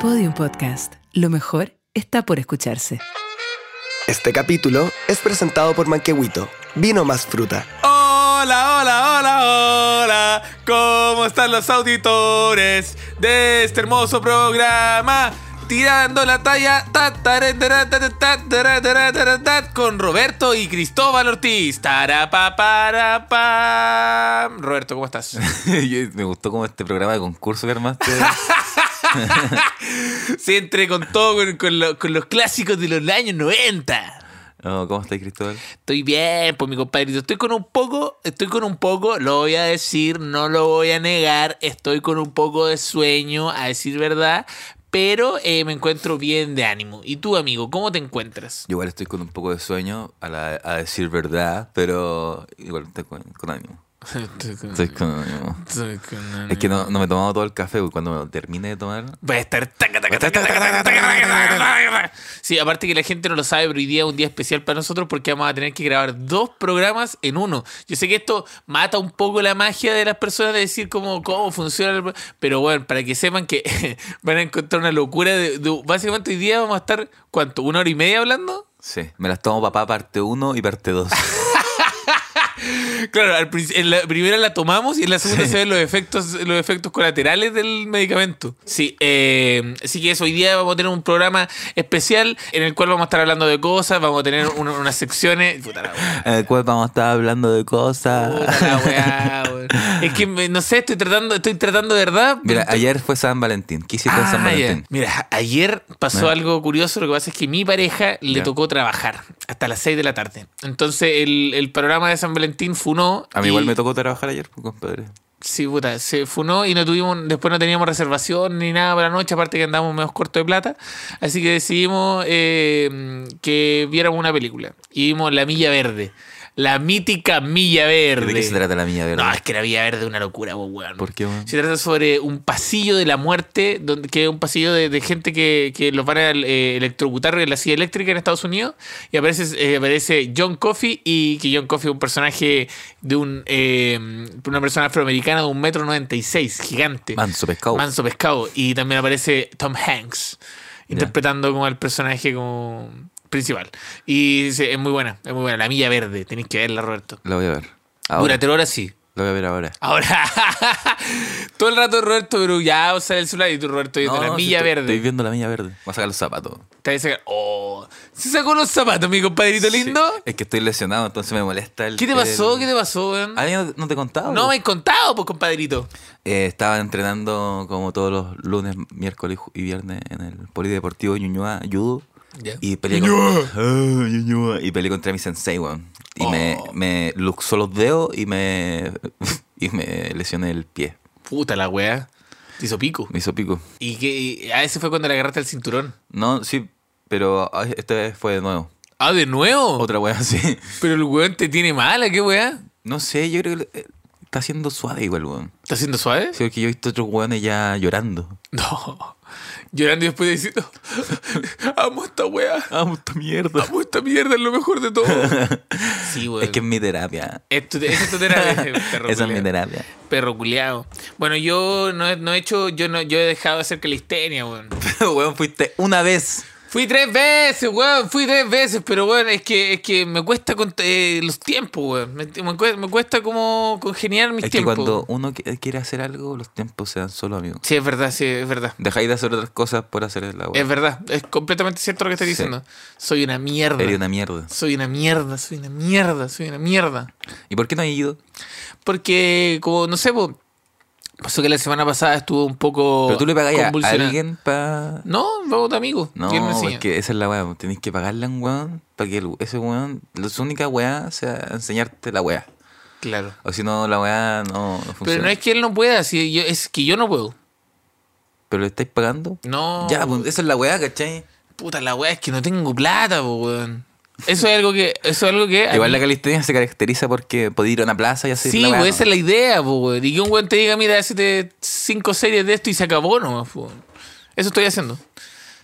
Podium Podcast. Lo mejor está por escucharse. Este capítulo es presentado por Manquehuito, vino más fruta. Hola, hola, hola, hola. ¿Cómo están los auditores de este hermoso programa? Tirando la talla ta, tarara, ta, ta, tarara, tarara, ta, con Roberto y Cristóbal Ortiz. Tarapa, para, pa. Roberto, ¿cómo estás? Yo- me gustó como este programa de concurso que armaste. Se entre con todo, con, con lo- con los clásicos de los años 90. No, ¿Cómo estáis, Cristóbal? Estoy bien, pues mi compadrito. Estoy con un poco, estoy con un poco, lo voy a decir, no lo voy a negar. Estoy con un poco de sueño, a decir verdad, pero eh, me encuentro bien de ánimo. ¿Y tú, amigo, cómo te encuentras? Yo igual estoy con un poco de sueño, a, la- a decir verdad, pero igual estoy con, con ánimo. Estoy con ánimo. Es que no, no me he tomado todo el café, porque cuando me lo termine de tomar... Va a estar. taca, taca, taca, taca, taca, taca, taca, taca, taca. Sí, aparte que la gente no lo sabe, pero hoy día es un día especial para nosotros porque vamos a tener que grabar dos programas en uno. Yo sé que esto mata un poco la magia de las personas de decir cómo, cómo funciona, el- pero bueno, para que sepan que van a encontrar una locura. De, de- básicamente hoy día vamos a estar, ¿cuánto? ¿Una hora y media hablando? Sí, me las tomo papá parte 1 y parte 2. Claro, al prin- en la primera la tomamos y en la segunda se ven los efectos, los efectos colaterales del medicamento. Sí, eh, así que eso, hoy día vamos a tener un programa especial en el cual vamos a estar hablando de cosas, vamos a tener un- unas secciones. Puta la weá, en el cual vamos a estar hablando de puta cosas. la weá, weón. Es que me- no sé, estoy tratando, estoy tratando de verdad. Mira, estoy- ayer fue San Valentín. ¿Qué hiciste en San Ah, ya. Valentín? Mira, ayer pasó Ya. algo curioso. Lo que pasa es que mi pareja le Ah. Ya. tocó trabajar hasta las 6 de la tarde. Entonces el, el programa de San Valentín funó. A mí y- igual me tocó trabajar ayer, pues, compadre. Sí, puta, se funó y no tuvimos, después no teníamos reservación ni nada para la noche, aparte que andábamos menos corto de plata. Así que decidimos eh, que viéramos una película. Y vimos La Milla Verde. La mítica Milla Verde. ¿De qué se trata la mía, verdad? No, es que la Milla Verde es una locura, po, weón. ¿Por qué, weón? Se trata sobre un pasillo de la muerte, donde, que es un pasillo de, de gente que, que los van a eh, electrocutar en la silla eléctrica en Estados Unidos. Y aparece, eh, aparece John Coffey, y que John Coffey es un personaje de un eh, una persona afroamericana de un metro noventa y seis, gigante. Manso pescado. Manso pescado. Y también aparece Tom Hanks, interpretando como al personaje como principal. Y es, es muy buena, es muy buena. La Milla Verde, tenéis que verla, Roberto. Lo voy a ver. Ahora. Durante horas sí. Lo voy a ver ahora. Ahora, todo el rato Roberto, pero ya o sea el celular y tú, Roberto, viendo No, la no, sí, milla estoy- verde. Estoy viendo la milla verde. Voy a sacar los zapatos. Te vas a sacar- Oh, se sacó los zapatos, mi compadrito lindo. Sí, Es que estoy lesionado, entonces me molesta el. ¿Qué te pasó? el- ¿Qué te pasó, weón? Ah, yo no, no te contaba. No po. me has contado, pues, compadrito. Eh, estaba entrenando como todos los lunes, miércoles ju- y viernes en el Polideportivo Ñuñoa Judo. Ya. Y peleé con- Ah, Ñuñoa. Y peleé contra mi sensei, weón. Y me, Oh. me luxó los dedos y me. y me lesioné el pie. Puta la weá. Te hizo pico. Me hizo pico. Y que y- a ese fue cuando le agarraste el cinturón. No, sí, pero ah, esta vez fue de nuevo. Ah, de nuevo. Otra weá así. Pero el weón te tiene mala, qué weá. No sé, yo creo que eh, está siendo suave igual, weón. ¿Estás siendo suave? Sí, que yo he visto otros weones ya llorando. No. Llorando y después diciendo, amo esta weá. Ah, puta mierda. Amo esta mierda, es lo mejor de todo. Sí, weón. Es que es mi terapia. Es tu- esa es tu terapia, perro Esa es mi culiao. terapia. Perro culiao. Bueno, yo no, he- no he hecho, yo no, yo he dejado de hacer calistenia, weón. Pero, weón, fuiste una vez. Fui tres veces, weón, fui tres veces, pero weón, es que, es que me cuesta con, eh, los tiempos, weón. Me, me cue- me cuesta como congeniar mis Es que tiempos. cuando uno qui- quiere hacer algo, los tiempos se dan solo, amigo. Sí, es verdad, sí, es verdad. Dejáis de hacer otras cosas por hacer la Es weón. verdad, es completamente cierto lo que estás Sí. diciendo. Soy una mierda. Eres una mierda. Soy una mierda, soy una mierda, soy una mierda. ¿Y por qué no has ido? Porque, como, no sé, po, pasó que la semana pasada estuvo un poco. Pero tú le pagáis a convulsionada. alguien para. No, vamos de amigos. No, ¿Quién me enseña? es que esa es la weá. Tenéis que pagarle a un weón para que el- ese weón. La su única weá sea enseñarte la weá. Claro. O si no, la weá no, no funciona. Pero no es que él no pueda, si yo- es que yo no puedo. ¿Pero le estáis pagando? No. Ya, pues esa es la weá, ¿cachai? Puta la weá, es que no tengo plata, po, weón. Eso es algo que. Eso es algo que. Igual la calistenia se caracteriza porque podéis ir a una plaza y hacer Sí, la weá, pues ¿no? esa es la idea, po, weón. Y que un weón te diga, mira, hazte cinco series de esto y se acabó nomás, po. Eso estoy haciendo.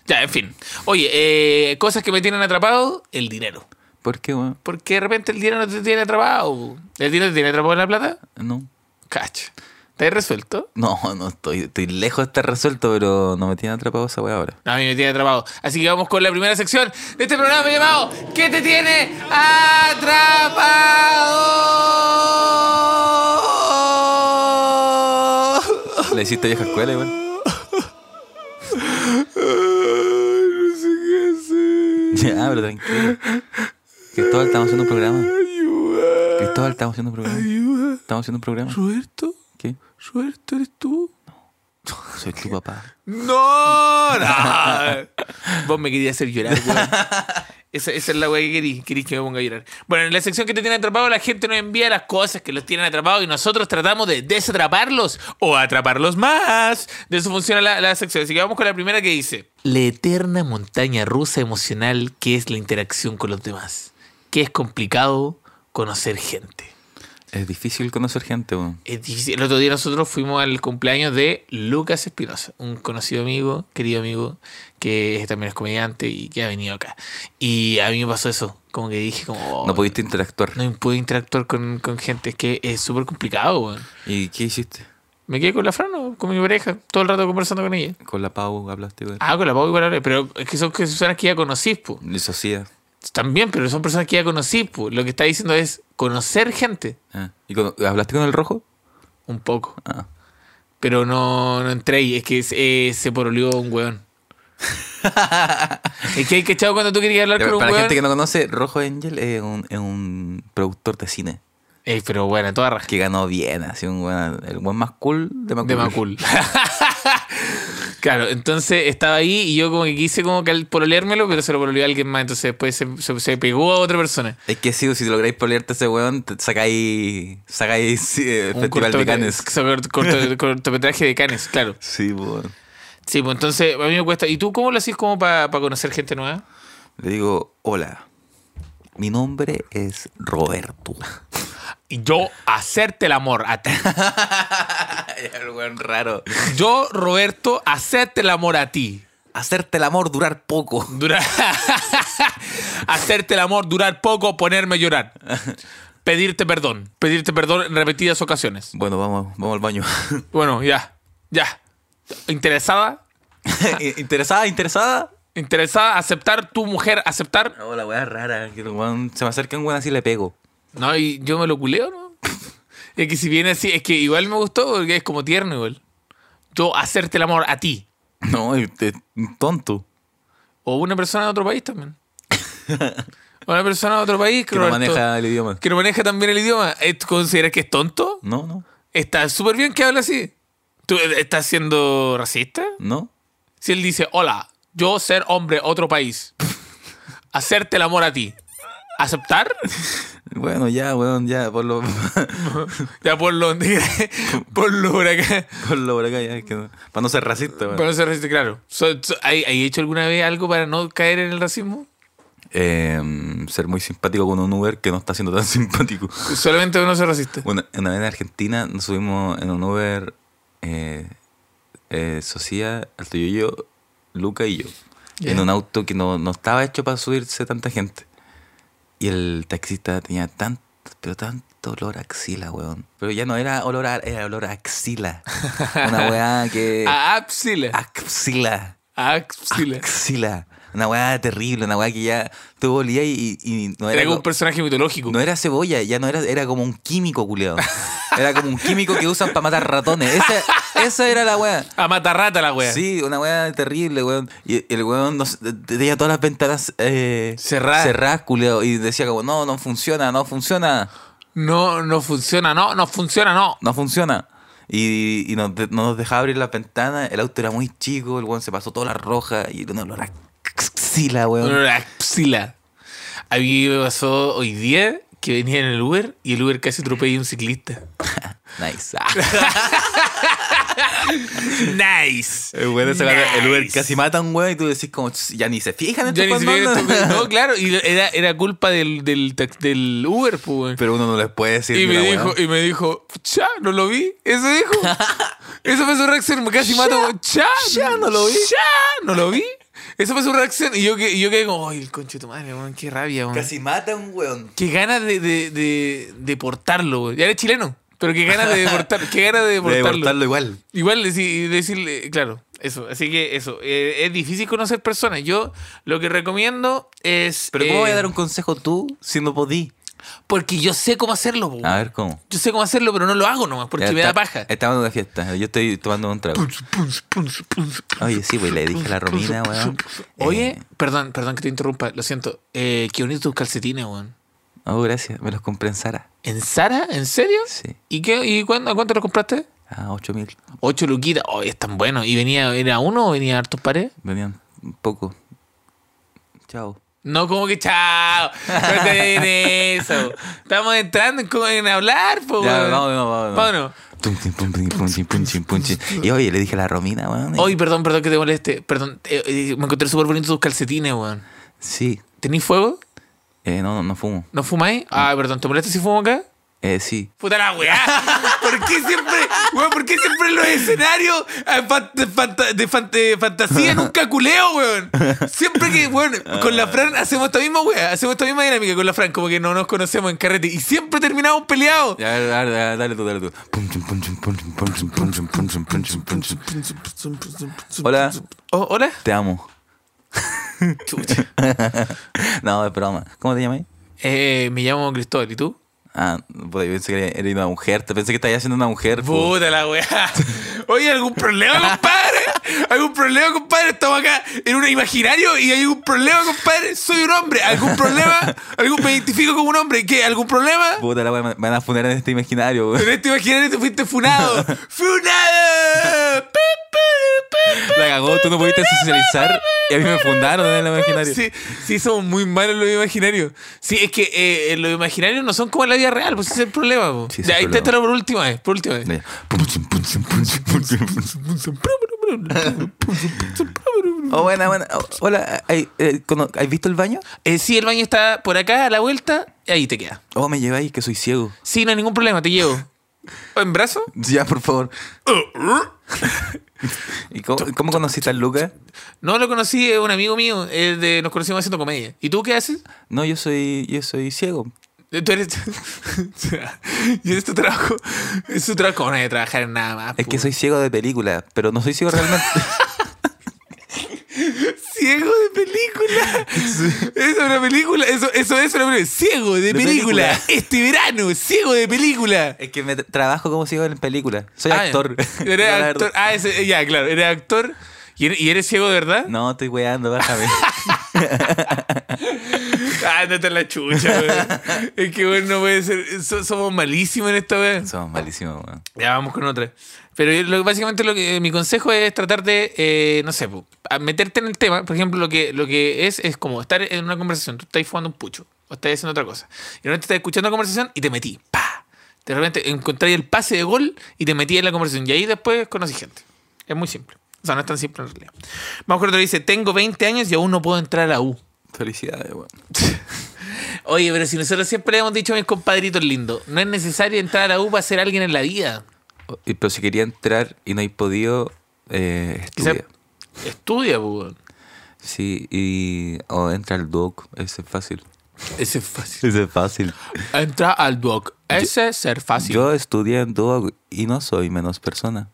Ya, en fin. Oye, eh, cosas que me tienen atrapado, el dinero. ¿Por qué, weón? Porque de repente el dinero no te tiene atrapado. po. ¿El dinero te tiene atrapado en la plata? No. Cacho. ¿Estás resuelto? No, no estoy, estoy lejos de estar resuelto, pero no me tiene atrapado esa weá ahora. A mí me tiene atrapado. Así que vamos con la primera sección de este programa llamado ¿Qué te tiene atrapado? La hiciste vieja escuela igual. no sé qué hacer. Ya, pero tranquilo. Cristóbal, estamos haciendo un programa. Ayuda. Cristóbal, estamos haciendo un programa. Ayuda. Estamos haciendo un programa. ¿Roberto? ¿Qué? ¿Roberto eres tú? Soy tu papá. ¡No! no. Vos me querías hacer llorar, weón. Esa, esa es la weá que querís, querís que me ponga a llorar. Bueno, en la sección que te tiene atrapado, la gente nos envía las cosas que los tienen atrapados y nosotros tratamos de desatraparlos o atraparlos más. De eso funciona la, la sección. Así que vamos con la primera que dice: La eterna montaña rusa emocional que es la interacción con los demás. Que es complicado conocer gente. Es difícil conocer gente, weón. Es difícil. Eh, El otro día nosotros fuimos al cumpleaños de Lucas Espinosa, un conocido amigo, querido amigo, que es- también es comediante y que ha venido acá. Y a mí me pasó eso, como que dije como... oh, No pudiste interactuar. no pude interactuar con, con gente, es que es súper complicado, weón. ¿Y qué hiciste? Me quedé con la Fran, ¿no? con mi pareja, todo el rato conversando con ella. Con la Pau hablaste, weón. Ah, con la Pau igual hablé, pero es que son personas que ya conocís, pues. Lisocía. También, pero son personas que ya conocís, pues. Lo que está diciendo es conocer gente, Ah. ¿Y con- hablaste con el rojo? un poco. Ah. Pero no, no entré ahí, es que se- eh, se porolió un weón. es que hay que cuando tú querías hablar Ya, con un Para la weón. gente que no conoce, Rojo Angel es un, es un productor de cine Ey, eh, pero bueno, toda raja. que ganó bien, así un buen, el buen más cool de Macul. De Macul. claro, entonces estaba ahí y yo como que quise como que pololeármelo, pero se lo pololeó a alguien más. Entonces después se, se- se pegó a otra persona. Es que sí, si lográis polearte ese weón, te sacáis, sacáis sí, eh, Festival de cortometra- Cannes. corto- corto- cortometraje de Canes, claro. Sí, weón. Sí, pues entonces a mí me cuesta. ¿Y tú cómo lo hacís como para conocer gente nueva? Le digo, hola, mi nombre es Roberto. Y yo hacerte el amor a ti. el weón raro. Yo, Roberto, hacerte el amor a ti. Hacerte el amor durar poco. Durar- Hacerte el amor, durar poco, ponerme a llorar. Pedirte perdón. Pedirte perdón en repetidas ocasiones. Bueno, vamos, vamos al baño. Bueno, ya. Ya. ¿Interesada? ¿Interesada? ¿Interesada? ¿Interesada? ¿Aceptar tu mujer? ¿Aceptar? No, la weá rara. Que el weón- se me acerca un weón así le pego. No, y yo me lo culeo, ¿no? Es que si viene así, es que igual me gustó porque es como tierno igual. Yo hacerte el amor a ti. No, este tonto. O una persona de otro país también. O una persona de otro país Que no Roberto, maneja el idioma. que no maneja también el idioma. ¿Eh, ¿Tú consideras que es tonto? No, no, Está súper bien que hable así. ¿Tú eh, estás siendo racista? no. Si él dice, hola, yo ser hombre, otro país, hacerte el amor a ti, ¿aceptar? Bueno, ya, weón, ya, por lo, Ya pues, ponlo, donde- ponlo por acá. por lo por acá, ya, que no- para no ser racista, weón. Para no ser racista, claro. So- so- ¿hay, hay hecho alguna vez algo para no caer en el racismo? Eh, ser muy simpático con un Uber que no está siendo tan simpático. Solamente uno se racista. Bueno, una vez en Argentina nos subimos en un Uber eh, eh, Socia, Alto Yoyo, Luca y yo. Ya. En un auto que no, no estaba hecho para subirse tanta gente. Y el taxista tenía tanto, pero tanto olor a axila, weón. Pero ya no era olor a, era olor a axila. Una weá que... A Axila. Axila. Axila. Axila. Una weá terrible, una weá que ya tú olías y, y- y no Era era... como lo- un personaje mitológico. no era cebolla, ya no era, era como un químico, culeado. Era como un químico que usan para matar ratones. Esa, esa era la weá. A matarrata la wea. Sí, una weá terrible, weón. Y el weón nos- tenía todas las ventanas eh, Cerradas. cerradas, culeado. Y decía como, no, no funciona, no funciona, No, no funciona, no, no funciona, no. no funciona. Y, y nos de- no nos dejaba abrir las ventanas. El auto era muy chico, el weón se pasó toda la roja. Y no olor a axila, Un weón. olor a axila. A mí me pasó hoy día que venía en el Uber y el Uber casi atropella a un ciclista. Nice. Nice. El weón se agarra- el Uber Nice. casi mata a un weón y tú decís como, "Ch, ya ni se fijan en Ya ni estos siquiera weón, estuve- No, claro, y era, era culpa del, del, tax- del Uber, pues. weón. Pero uno no les puede decir. Y ni me, la dijo, weá. y me dijo, cha, no lo vi. Eso dijo. Eso fue su reacción. Me casi mato. Cha, ya no lo vi. Cha, no lo vi. Eso fue su reacción. Y yo, que- y yo quedé como, ay, el conche de tu madre, weón, qué rabia, weón. Casi mata a un weón. Qué ganas de, de, de, de portarlo, güey. Ya eres chileno. Pero qué ganas de deportar, qué ganas de De deportarlo. deportarlo igual. Igual deci- decirle, eh, claro, eso. Así que eso, eh, es difícil conocer personas. Yo lo que recomiendo es... Pero ¿cómo voy a eh, dar un consejo tú si no podí? Porque yo sé cómo hacerlo. po. A ver, ¿cómo? Yo sé cómo hacerlo, pero no lo hago nomás, porque Ah. Ya me da está- Eh. paja. Estamos en una fiesta. Yo estoy tomando un trago. Oye, sí, güey, le dije a la Romina, weón. Oye, eh, perdón, perdón que te interrumpa, lo siento. Eh, qué bonito tus calcetines, weón. oh, gracias. Me los compré en Sara. ¿En Sara? ¿En serio? Sí. ¿Y, qué, y cuándo- a cuánto lo compraste? Ah, 8000. Ocho luquitas. Oh, es tan bueno. ¿Y venía, era uno o venía hartos pares? Venían un poco. Chao. No, como que chao. No te den eso. Estamos entrando en, co- en hablar, po, Oh, Ya, weón. vamos, vamos, vamos. Vámonos. Tum, tim, pum, tim, pum, tim, pum, tim, pum, tim. Y oye, le dije a la Romina, weón. Hoy, perdón, perdón que te moleste. Perdón, eh, eh, me encontré súper bonitos tus calcetines, weón. Sí. ¿Tenís fuego? Eh, no, no, no fumo. ¿No fumáis? Ah, perdón, ¿te molesta si fumo acá? Eh, sí. Puta la weá. ¿Por qué siempre, weón, por qué siempre en los escenarios eh, fan- de, fanta- de fan- de fantasía nunca culeo, weón? Siempre que, weón, con la Fran hacemos esta misma weá, hacemos esta misma dinámica con la Fran, como que no nos conocemos en carrete y siempre terminamos peleados. Ya, dale, dale, dale tú, dale tú. Pum, tim, pum, tim, pum, tim, pum, tim, pum, tim, pum, tim, pum, tim, pum, tim. Hola, Oh, ¿Hola? te amo. Chucha. No, es broma. ¿Cómo te llamas? Eh, me llamo Cristóbal, ¿y tú? Ah, puta, yo pensé que era una mujer. Te pensé que estabas haciendo una mujer. po. Puta la weá. Oye, ¿algún problema, compadre? ¿Algún problema, compadre? Estamos acá en un imaginario y hay algún problema, compadre. Soy un hombre. ¿Algún problema? ¿Algún, me identifico como un hombre. ¿Qué? ¿Algún problema? Puta, la wea, me me van a funar en este imaginario, weón. En este imaginario te fuiste funado. ¡Funado! Pi, pi, pi, pi. La cagó, tú no pudiste socializar y a mí me fundaron en el imaginario. Sí, sí, somos muy malos en los imaginarios. Sí, es que eh, eh, los imaginarios no son como en la vida real, pues ese es el problema. po. Sí, ese ya, es el problema. inténtalo por última vez, por última vez. Ya. Pum, chum, pum, chum, pum, chum, pum, chum, pum. Oh, buena, buena. Oh, hola, ¿hay, eh, cono- ¿hay visto el baño? Eh, sí, el baño está por acá, a la vuelta, ahí te queda. Oh, me lleváis, que soy ciego. Sí, no hay ningún problema, te llevo. ¿O ¿En brazo? Ya, por favor. ¿Y cómo, cómo conociste a Lucas? No lo conocí, es un amigo mío, es de- nos conocimos haciendo comedia. ¿Y tú qué haces? No, yo soy, yo soy ciego. Eh, Tú eres. y es tu trabajo. Es tu trabajo. No hay que trabajar en nada más. Es que po. soy ciego de película, pero no soy ciego realmente. ciego de película. Eso es una película. Eso, eso es una película. Ciego de, película. película. Este verano, ciego de película. es que me tra- trabajo como ciego en película. Soy Ah, actor. ya. La Eres verdad. actor. Ah, ese- ya, claro. Eres actor. ¿Y eres, y eres ciego de verdad? No, estoy weando, bájame. Ah, no te la chucha, weón. Es que, bueno, no puede ser. So- somos malísimos en esta, weón. Somos malísimos, weón. Ya vamos con otra. Pero yo lo- básicamente lo que, eh, mi consejo es tratar de, eh, no sé, po, a meterte en el tema. Por ejemplo, lo que, lo que es es como estar en una conversación. Tú estás fumando un pucho o estás haciendo otra cosa. Y de repente estás escuchando la conversación y te metí. ¡Pah! De repente encontré el pase de gol y te metí en la conversación. Y ahí después conocí gente. Es muy simple. O sea, no es tan simple en realidad. Vamos con otro. Dice, tengo 20 años y aún no puedo entrar a la U. Felicidades, weón. Oye, pero si nosotros siempre hemos dicho, mis compadritos lindos, no es necesario entrar a la U para ser alguien en la vida. Oh, Y- Pero si quería entrar y no he podido, eh, Quizá estudia. estudia, pues. Sí, y. O entra al doc, ese es fácil. Ese es fácil. Ese es fácil. Entra al doc. Ese es ser fácil. Yo estudié en doc y no soy menos persona.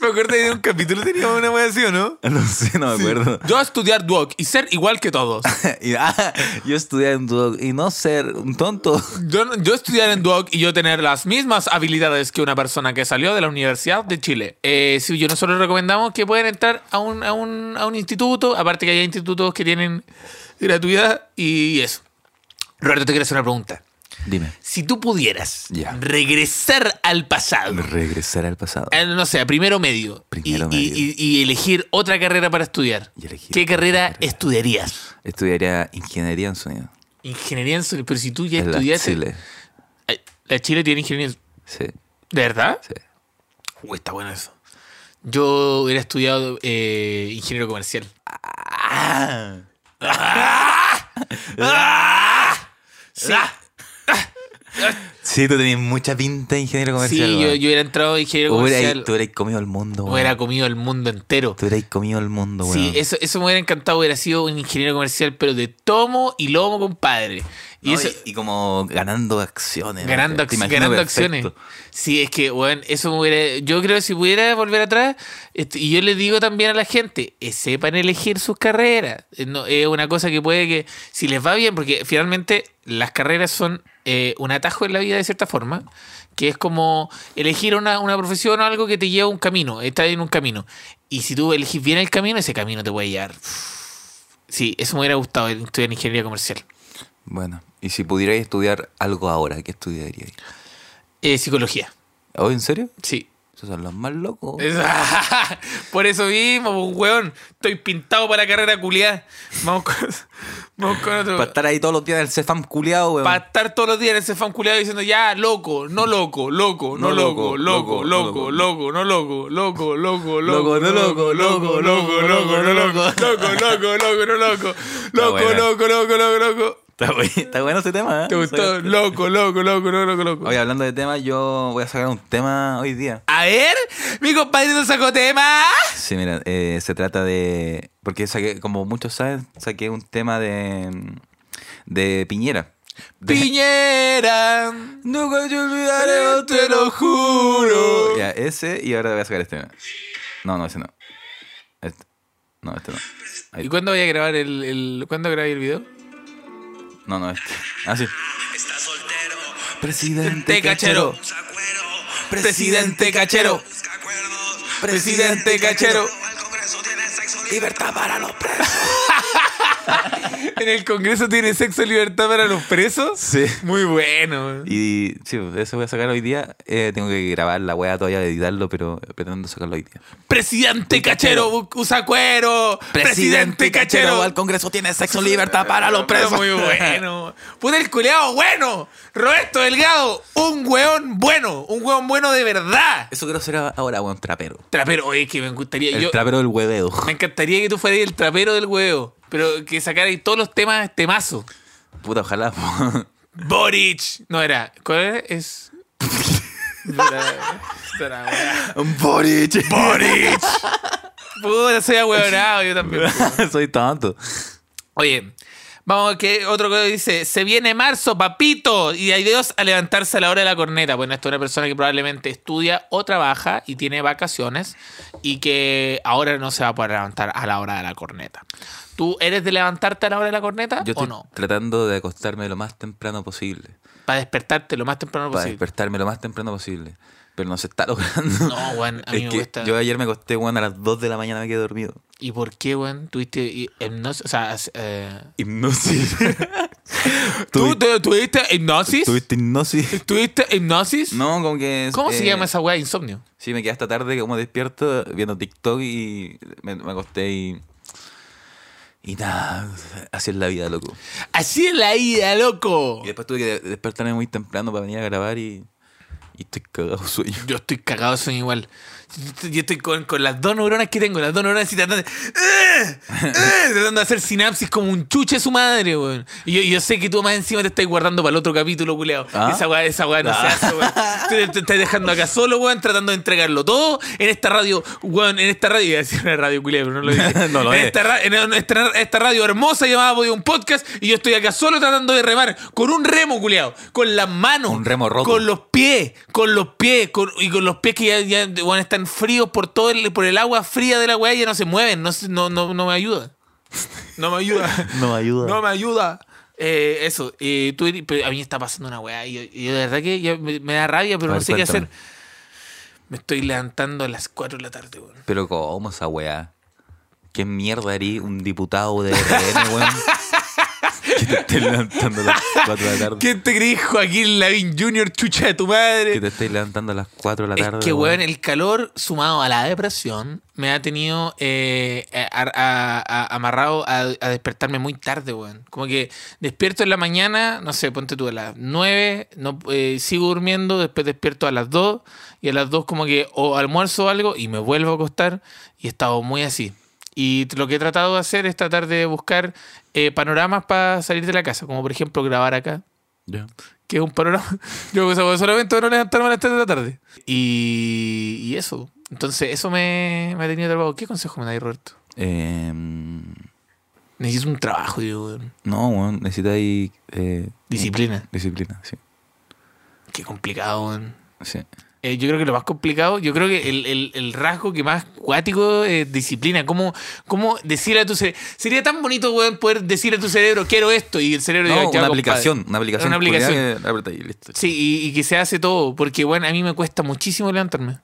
me acuerdo de un capítulo teníamos una wea así, ¿o no? No sé, no me acuerdo. Yo estudiar doc y ser igual que todos. Y, ah, yo estudié en doc y no ser un tonto. Yo, yo estudiar en doc y yo tener las mismas habilidades que una persona que salió de la Universidad de Chile. Eh, sí, yo nosotros recomendamos que pueden entrar a un, a un, a un instituto, aparte que hay institutos que tienen gratuidad y eso. Roberto, te quiero hacer una pregunta. Dime. Si tú pudieras Ya. regresar al pasado, Regresar al pasado. Eh, no sé, a primero medio. Primero y, y- medio. y- y elegir otra carrera para estudiar. Y elegir ¿Qué otra carrera, carrera. estudiarías? Estudiaría ingeniería en sonido. Ingeniería en sonido. Pero si tú ya En la estudiaste. Chile. Ay, La Chile tiene ingeniería en Sí, ¿De verdad? sí. Uy, está bueno eso. Yo hubiera estudiado eh, ingeniero comercial. ¡Ah! ¡Ah! ¡Ah! ¡Ah! Sí, tú tenías mucha pinta de ingeniero comercial. Sí, yo, weón. yo hubiera entrado de ingeniero Hubiera- comercial. Tú hubieras comido el mundo, weón. Hubiera comido el mundo entero. Tú hubieras comido el mundo, weón. Sí, eso, eso me hubiera encantado. Hubiera sido un ingeniero comercial, pero de tomo y lomo, compadre. Y No, eso, y- y como ganando acciones. ganando, ¿no? Te ac- imagino ganando perfecto. acciones. Sí, es que, bueno, eso me hubiera. Yo creo que si pudiera volver atrás, este, y yo le digo también a la gente, eh, sepan elegir sus carreras. Eh, no, es una cosa que puede que, si les va bien, porque finalmente las carreras son eh, un atajo en la vida de cierta forma, que es como elegir una, una profesión o algo que te lleva a un camino, estás en un camino. Y si tú elegís bien el camino, ese camino te puede llevar. Sí, eso me hubiera gustado estudiar ingeniería comercial. Bueno, y si pudierais estudiar algo ahora, ¿qué estudiaríais? Eh, psicología, ¿Oh, en serio? sí. Esos son los más locos. Es- por eso mismo, pues, weón. Estoy pintado para la carrera culiada. Vamos con, vamos con otro. Para estar ahí todos los días en el Cefam culiado, weón. Para estar todos los días en ese fan culiado diciendo ya, loco, no loco, loco, no, loco, loco, loco, loco, no loco, loco, loco, loco, Loco, no loco, loco, loco, loco, no loco, loco, loco, loco, no loco, loco, buena. loco, loco, loco, loco. Está, bu- está bueno ese tema, ¿eh? ¿Te gustó? Loco, loco, loco, no loco, loco. Oye, hablando de temas, yo voy a sacar un tema hoy día. A ver, mi compadre nos sacó tema. Sí, mira, eh, se trata de... Porque saqué, como muchos saben, saqué un tema de... De Piñera. De- Piñera. Nunca te olvidaré, te lo juro. Ya, ese y ahora voy a sacar este. No, no, ese no. Este. No, este no. Ahí. ¿Y cuándo voy a grabar el, el cuándo grabé el video? No, no, este. Ah, sí. Está soltero, Presidente cachero. usa cuero, Presidente cachero, busca acuerdos. presidente cachero. Al Congreso tiene sexo libre. Libertad para los presos. En el Congreso tiene sexo libertad para los presos. Sí. Muy bueno. Y sí, eso voy a sacar hoy día. Eh, tengo que grabar la wea todavía, editarlo, pero pretendo sacarlo hoy día. Presidente cachero, usa cuero. Presidente cachero. Al Congreso tiene sexo, libertad para los presos. Muy bueno. Puta el culeado bueno. Roberto Delgado, un weón bueno. Un weón bueno de verdad. Eso quiero ser ahora, weón, trapero. Trapero, oye, que me gustaría. El Eh, yo- trapero del hueveo. me encantaría que tú fueras el trapero del huevo. Pero que sacarais todos los temas temazo. Puta, ojalá. po. Boric. No era. ¿Cuál era? Es. Era- era, weá. Boric. Boric. Puta, soy ahueonado yo también. po. Soy tonto. Oye, vamos a que otro que dice: Se viene marzo, papito. Y hay Dios a levantarse a la hora de la corneta. Bueno, esto es una persona que probablemente estudia o trabaja y tiene vacaciones y que ahora no se va a poder levantar a la hora de la corneta. ¿Tú eres de levantarte a la hora de la corneta Yo o estoy no? tratando de acostarme lo más temprano posible. Para despertarte lo más temprano Para posible. despertarme lo más temprano posible. Pero no se está logrando. No, weón, a mí Es me que cuesta. Yo ayer me acosté, weón, a las 2 de la mañana me quedé dormido. ¿Y por qué, weón? ¿Tuviste hi- hipnosis? O sea, as- eh, Hipnosis. ¿tú, Tuvi- te- tuviste hipnosis? ¿Tuviste hipnosis? ¿Tuviste hipnosis? No, como que. ¿Cómo se eh, llama esa weá de insomnio? Sí, me quedé hasta tarde como despierto viendo TikTok y me, me acosté y. Y nada, así es la vida, loco. Así es la ida, loco. Y después tuve que de- despertarme muy temprano para venir a grabar y. Y estoy cagado de sueño. Yo estoy cagado, soy igual. Yo estoy con, con las dos neuronas que tengo, las dos neuronas así tratando de, ¡Eh! ¡Eh! tratando de hacer sinapsis como un chuche su madre, weón. Y yo, yo sé que tú más encima te estás guardando para el otro capítulo, culeado. ¿Ah? Esa weá, esa weá no se hace, weón. Te, te estás dejando acá solo, weón, tratando de entregarlo todo en esta radio, weón, en esta radio, iba a decir una radio culeado, pero no lo dije. No lo en es. esta, ra- en esta, esta radio hermosa llamada Podium un podcast y yo estoy acá solo tratando de remar con un remo, culeado, con las manos. Un remo roto. Con los los pies, con los pies, con- y con los pies que ya, ya, weón, están fríos por todo el, por el agua fría de la weá, ya no se mueven, no, se- no, no, no me ayuda. No me ayuda. No me ayuda. No me ayuda. Eh, eso, eh, tú, eres- pero a mí me está pasando una weá, y yo, y yo de verdad que ya me, me da rabia, pero A no ver, sé qué cuéntame. hacer. Me estoy levantando a las 4 de la tarde, weón. Pero ¿cómo esa weá? ¿Qué mierda eres un diputado de RN, weón? que te estés levantando a las 4 de la tarde. ¿Quién te crees, Joaquín Lavín Jr., chucha de tu madre? Que te estés levantando a las 4 de la tarde. Es que, weón, el calor sumado a la depresión me ha tenido eh, a- a- a- amarrado a, a despertarme muy tarde, weón. Como que despierto en la mañana, no sé, ponte tú a las 9, no, eh, sigo durmiendo, después despierto a las 2 y a las 2 como que o almuerzo o algo y me vuelvo a acostar y he estado muy así. Y t- lo que he tratado de hacer es tratar de buscar eh, panoramas para salir de la casa, como por ejemplo grabar acá, Ya. que es un panorama. Yo hago esa hueá solamente para no levantarme a las 3 de la tarde. Y, y eso. Entonces, eso me, me ha tenido trabajo. ¿Qué consejo me dais, Roberto? Eh, Necesito un trabajo, digo, weón. no, weón, necesitáis. eh, Disciplina. Disciplina, sí. Qué complicado, weón. sí. Eh, yo creo que lo más complicado, yo creo que el, el- el rasgo que más cuático es disciplina. ¿Cómo, cómo decirle a tu cerebro? Sería tan bonito, weón, poder decirle a tu cerebro, quiero esto, y el cerebro No, diga, "Ya, una compadre". aplicación, una aplicación. Una aplicación. culiada que apretáis y listo. Sí, y, y que se hace todo, porque, bueno, a mí me cuesta muchísimo levantarme.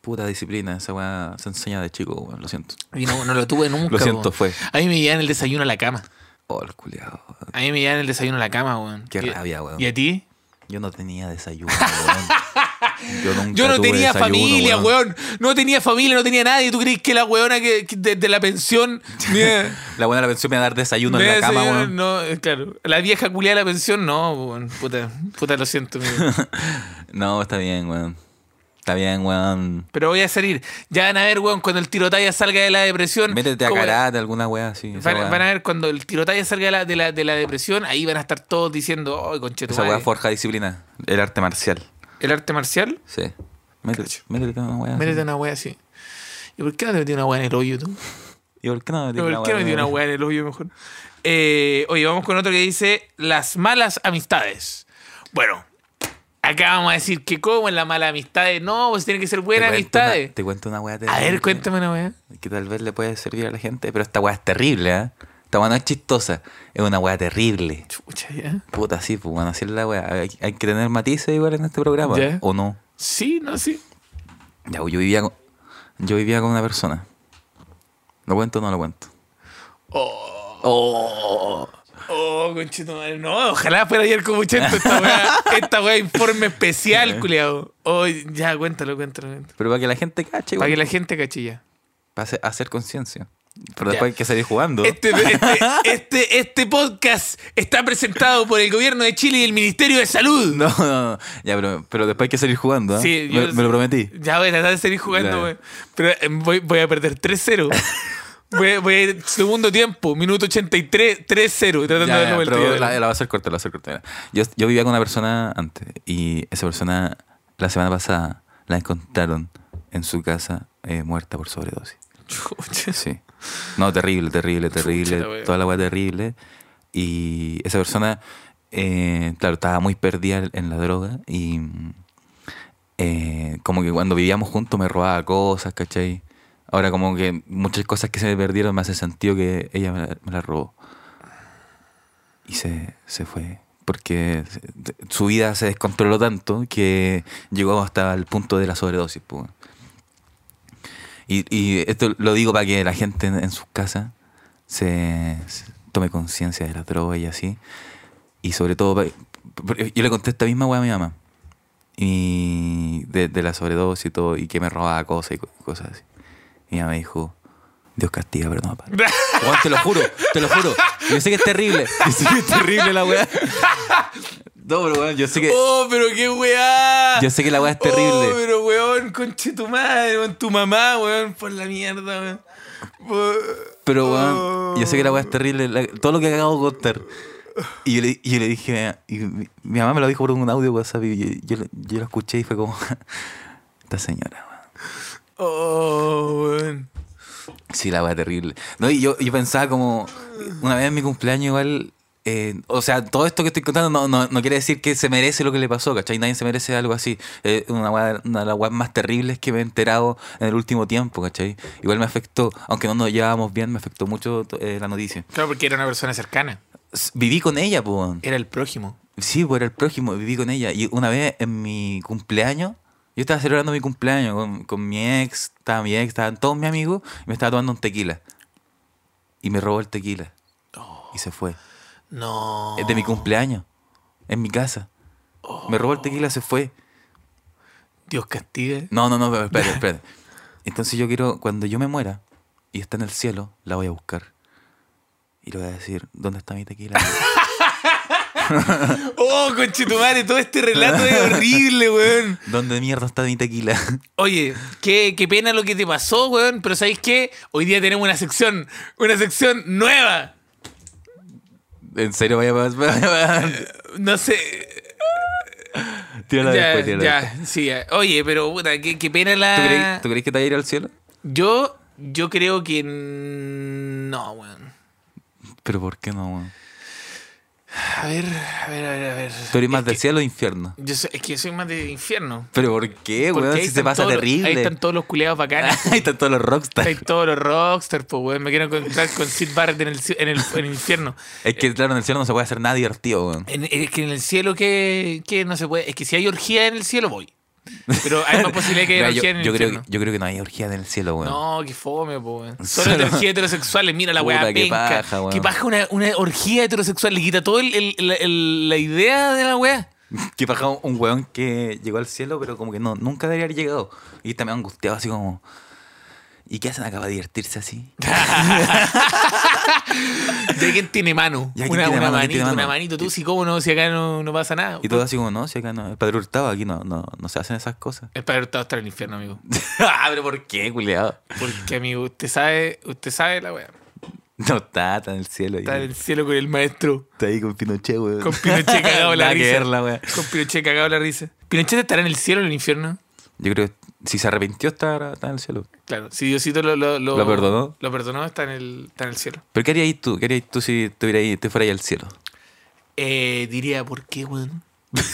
Puta disciplina, esa weá se enseña de chico, weón, lo siento. Y no, no lo tuve nunca. Lo siento, po. fue. A mí me llevan el desayuno a la cama. Oh, el culiado. A mí me llevan el desayuno a la cama, weón. Qué Y- rabia, weón. ¿Y a ti? Yo no tenía desayuno, weón. Yo, nunca Yo no tuve tenía desayuno, familia, weón. No tenía familia, no tenía nadie. ¿Tú crees que la weona que, que de, de la pensión... me- La buena de la pensión me va a dar desayuno en me la cama, desayuno? weón. No, eh, claro. La vieja culia de la pensión, no, weón. Puta, puta lo siento, amigo. No, está bien, weón. Está bien, weón. Pero voy a salir. Ya van a ver, weón, cuando el tirotalla salga de la depresión. Métete a cómo- karate, alguna weá así. esa Van, weá. van a ver cuando el tirotalla salga de la, de la, de la depresión, ahí van a estar todos diciendo, ¡ay, Esa weá conchetumadre! forja disciplina. El arte marcial. El arte marcial Sí. Métete, métete a una weá. así. Métete una wea así. ¿Y por qué no te metí una wea en el hoyo tú? ¿Y por qué no metí No, ¿Por qué no metí una wea en el hoyo mejor? Eh, oye, vamos con otro que dice las malas amistades. Bueno, acá vamos a decir que cómo en las malas amistades. No, pues tienen que ser Te buenas cuento amistades. una- Te cuento una weá. eh. A ver, terrible cuéntame una wea. Que tal vez le puede servir a la gente, pero esta weá es terrible, ¿eh? Esta weá no es chistosa. Es una weá terrible. Chucha, ya. Puta, sí, pues bueno, así es la weá. Hay, hay que tener matices igual en este programa. Ya. ¿O no? Sí, no, sí. Ya, pues, yo vivía con, yo vivía con una persona. ¿Lo cuento o no lo cuento? Oh, conchito madre. No, ojalá fuera ayer como chento esta wea. Esta wea informe especial, culiao. Oh, ya, cuéntalo, cuéntalo, cuéntalo. Pero para que la gente cache, Para igual, que la gente cachilla. para hacer, hacer conciencia. Ya. Pero después hay que salir jugando. Este, este, este, este podcast está presentado por el gobierno de Chile y el Ministerio de Salud. No, no, no. Ya, pero, pero después hay que salir jugando, ¿ah? Sí, me, yo- me lo prometí. Ya voy a tratar de seguir jugando, Ya. güey. Pero eh, voy, voy a perder 3-0. voy, voy a ir segundo tiempo, minuto 83, 3-0. Tratando Ya, de ya, darle vuelta. pero Ya, la, la va a hacer corta, la va a hacer corta. mira. Yo, yo vivía con una persona antes y esa persona la semana pasada la encontraron en su casa eh, muerta por sobredosis. Chucha. Sí. No, terrible, terrible, terrible. la wea. toda la weá terrible. Y esa persona, eh, claro, estaba muy perdida en la droga y mm, eh, como que cuando vivíamos juntos me robaba cosas, ¿cachai? Ahora como que muchas cosas que se me perdieron me hace sentido que ella me la, me la robó. Y se, se fue. Porque se- de- su vida se descontroló tanto que llegó hasta el punto de la sobredosis. pues. Y, y esto lo digo para que la gente en, en sus casas se, se tome conciencia de las drogas y así. Y sobre todo, pa- porque yo le conté esta misma weá a mi mamá. Y de, de la sobredosis y todo, y que me robaba cosas y co- cosas así. Y ella me dijo, Dios castiga, pero no papá. Weón, te lo juro, te lo juro. Yo sé que es terrible. Yo sé que es terrible la weá. No, pero weón, yo sé que, ¡Oh, pero qué weá! yo sé que la weá es terrible. Oh, pero weón, conche tu madre, weón, tu mamá, weón, por la mierda, weón. Weón. Pero, weón, yo sé que la weá es terrible. la- todo lo que acabo de contar. Y yo le, y yo le dije, y mi, mi mamá me lo dijo por un audio WhatsApp y yo, yo, lo- yo lo escuché y fue como, esta señora, weón. Oh, weón. Sí, la weá terrible. No, y yo, yo pensaba como, una vez en mi cumpleaños igual, eh, o sea, todo esto que estoy contando no, no, no quiere decir que se merece lo que le pasó, ¿cachai? Nadie se merece algo así. Eh, una, weá- una de las weas más terribles que me he enterado en el último tiempo, ¿cachai? Igual me afectó, aunque no nos llevábamos bien, me afectó mucho to- eh, la noticia. Claro, porque era una persona cercana. S- Viví con ella, pues. Era el prójimo. Sí, por el prójimo, viví con ella. Y una vez en mi cumpleaños, yo estaba celebrando mi cumpleaños con, con mi ex, estaba mi ex, estaban todos mis amigos, y me estaba tomando un tequila. Y me robó el tequila. Y se fue. No. Es de mi cumpleaños, en mi casa. Me robó el tequila, se fue. Dios castigue. No, no, no, pero espérate, espérate. Entonces yo quiero, cuando yo me muera y está en el cielo, la voy a buscar. Y le voy a decir, ¿dónde está mi tequila? Oh, conchetumare, todo este relato es horrible, weón. ¿Dónde mierda está mi tequila? Oye, qué, qué pena lo que te pasó, weón. Pero ¿sabéis qué? Hoy día tenemos una sección, una sección nueva. ¿En serio vaya a No sé. Tírala Ya, después, tírala después. ya, sí. ya. Oye, pero puta, qué, qué pena ¿Tú la. crees, tú crees que te va a ir al cielo? Yo, yo creo que. n- No, weón. Pero ¿por qué no, weón? A ver, a ver, a ver, a ver. ¿Tú eres más Es del que- cielo o infierno? yo soy- es que yo soy más de infierno. ¿Pero por qué, Porque weón? ahí Si se están pasa todos los- terrible. Ahí están todos los culeados bacanes. Ahí están todos los rockstars. Ahí todos los rockstars, pues, weón. Me quiero encontrar con Sid Barrett en el, ci- en el, en el infierno. Es que, claro, en el cielo no se puede hacer nada divertido, weón. En- es que en el cielo, que no se puede? Es que si hay orgía en el cielo, voy. Pero hay más posibilidad que haya Mira, orgía yo, en el yo creo, infierno. que- yo creo que no hay orgía en el cielo, weón. No, qué fome, po, weón. Solo Solo- energía heterosexuales, mira la weá Puta, qué penca. paja, weón. Que paja una, una orgía heterosexual, le quita todo el, el- el- el- la idea de la weá. Que paja un- un weón que llegó al cielo, pero como que no, nunca debería haber llegado. Y está medio angustiado, así como. ¿Y qué hacen acá para divertirse así? ¿De quién tiene mano? Ya, ¿quién una, tiene una mano? ¿Quién manito, tiene una mano? manito. Tú, si cómo no, si acá no, no pasa nada. Y todo así como, no, si acá no. El padre Hurtado aquí no, no, no se hacen esas cosas. El padre Hurtado está en el infierno, amigo. ah, pero ¿por qué, culiado? Porque, amigo, usted sabe, usted sabe la weá. No está, está en el cielo. Está en ahí. el cielo con el maestro. Está ahí con Pinochet, weón. Con Pinochet cagado la Nada que risa. verla, weón. Con Pinochet cagado la risa. ¿Pinochet estará en el cielo o en el infierno? Yo creo que si se arrepintió, está, está en el cielo. Claro, si Diosito lo, lo, lo, ¿Lo perdonó? Lo perdonó, está en el, está en el cielo. ¿Pero qué harías tú? ¿Qué harías tú si tuviera ahí- te fueras ahí al cielo? Eh, diría, ¿por qué, weón?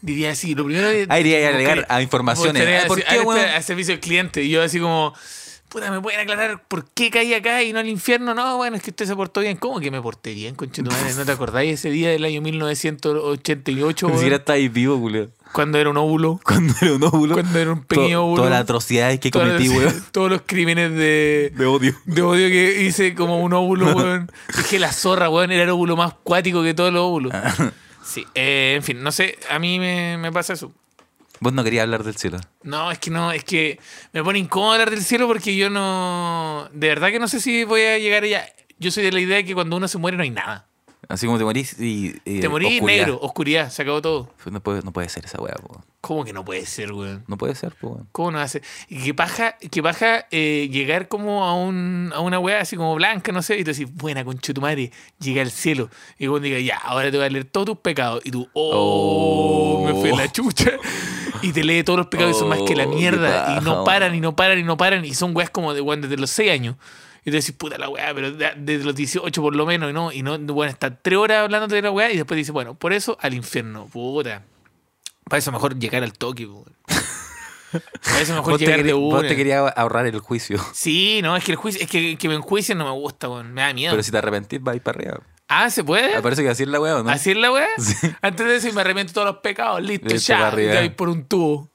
diría así, lo primero Ah, iría a alegar porque- a informaciones. porque Ah, ¿por así, qué, a- este, weón? A servicio al cliente. Y yo así como, puta, ¿me pueden aclarar por qué caí acá y no al infierno? No, bueno, es que usted se portó bien. ¿Cómo que me porté bien, conchetumadre? ¿No te acordáis ese día del año 1988, Ni weón? siquiera está ahí vivo, culiado. Cuando era un óvulo. Cuando era un óvulo. Cuando era un to- pequeño óvulo. Todas las atrocidades que Todas cometí, las- weón. Todos los crímenes de... De odio. De odio que hice como un óvulo, weón. Dije la zorra, weón, era el óvulo más cuático que todos los óvulos. Ah. Sí, eh, en fin, no sé, a mí me, me pasa eso. Vos no querías hablar del cielo. No, es que no, es que me pone incómodo hablar del cielo porque yo no. De verdad que no sé si voy a llegar allá. Yo soy de la idea de que cuando uno se muere no hay nada. Así como te morís y. y Te morí oscuridad. negro, oscuridad, se acabó todo. Pues No puede, no puede ser esa weá, po. ¿Cómo que no puede ser, weón? No puede ser, po, weón. ¿Cómo no hace? Y que paja, que paja eh, llegar como a, un, a una weá así como blanca, no sé, y tú decís, buena concha de tu madre, llega al cielo. Y cuando diga, ya, ahora te voy a leer todos tus pecados. Y tú, oh, Oh. me fue la chucha. Y te lee todos los pecados y son más que la Oh, qué mierda. Y no paja, paran, man. y no paran, y no paran. Y son weas como de weón desde los 6 años. Y tú decís, puta la weá, pero de- desde los 18 por lo menos, y no, y no, bueno, está tres horas hablando de la weá, y después dices, bueno, por eso al infierno, puta. Para eso mejor llegar al toque, po. Para eso mejor Vos te, llegar de querí- vos una. te querías ahorrar el juicio. Sí, no, es que el juicio, es que, que me enjuicien no me gusta, weón. Me da miedo. Pero si te arrepentís, vais para arriba. Ah, ¿se puede? Ah, Parece que así es la weá, ¿o ¿no? ¿Así es la weá? Sí. Antes de eso y me arrepiento de todos los pecados, listo, Listo, ya. Y para arriba. te voy por un tubo.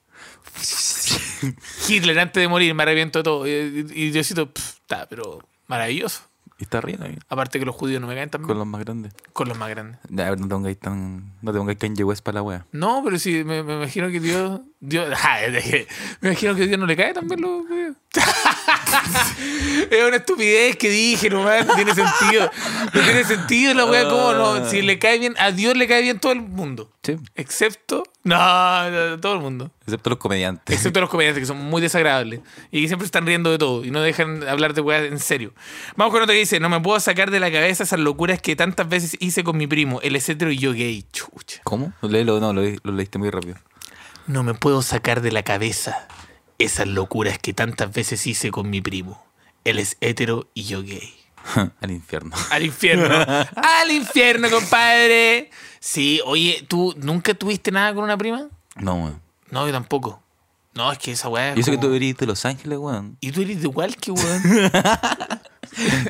Hitler, antes de morir, me arrepiento de todo. Y, y- y Diosito, pff, está, pero maravilloso. Y está arriba, ahí, Aparte que los judíos no me caen tan bien. con los más grandes. con los más grandes. Ya, a ver, no te pongáis tan. No te pongáis Kanye West para la wea. No, pero sí, me, me imagino que Dios. Dios ja, es que me imagino que Dios no le cae también los. es una estupidez que dije, nomás. No tiene sentido. No tiene sentido la weá. ¿Cómo no? Si le cae bien. A Dios le cae bien todo el mundo. Sí. Excepto. No, no, todo el mundo. Excepto los comediantes. Excepto los comediantes que son muy desagradables y que siempre están riendo de todo y no dejan hablar de weas en serio. Vamos con otro que dice: No me puedo sacar de la cabeza esas locuras que tantas veces hice con mi primo, el etcétero y yo gay. Chucha. ¿Cómo? Léelo, no, lo, lo leíste muy rápido. No me puedo sacar de la cabeza esas locuras que tantas veces hice con mi primo. Él es hétero y yo gay. Al infierno. Al infierno. Al infierno, compadre. Sí, oye, ¿tú nunca tuviste nada con una prima? No, weón. No, yo tampoco. No, es que esa weá. es Yo sé que como- tú eres de Los Ángeles, weón. Y tú eres de Hualque, weón.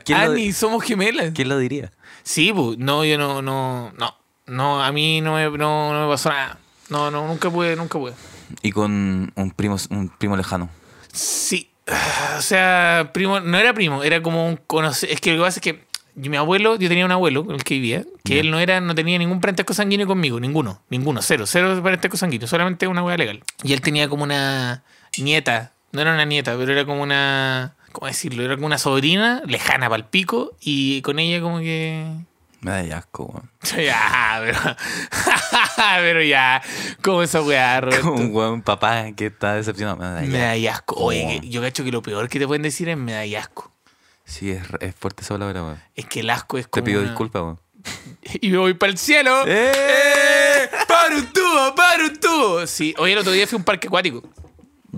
¿Quién, lo, Ani, somos gemelas. quién lo diría? Sí, pues, no, yo no, no, no. No, a mí no me, no, no me pasó nada. No, no, nunca pude, nunca pude. Y con un primo, un primo lejano. Sí. O sea, primo, no era primo, era como un conocer. Es que lo que pasa es que yo- mi abuelo, yo tenía un abuelo con el que vivía, que él no era, no tenía ningún parentesco sanguíneo conmigo, ninguno, ninguno, cero, cero parentesco sanguíneo, solamente una hueá legal. Y él tenía como una nieta, no era una nieta, pero era como una, ¿cómo decirlo? Era como una sobrina lejana para pico y con ella como que Me da ya asco, weón. ya, pero. pero ya. ¿Cómo esa weá, Roberto? Como un weón, papá que está decepcionado. Me da ya. Me da asco. Oye, Oh. que- yo cacho que lo peor que te pueden decir es me da asco. Sí, es, es fuerte esa palabra, weón. Es que el asco es como. Te pido una- disculpas, weón. Y me voy para el cielo. ¡Eh! ¡Para ¡Para un tubo! ¡Para un tubo! Sí, hoy el otro día fui a un parque acuático.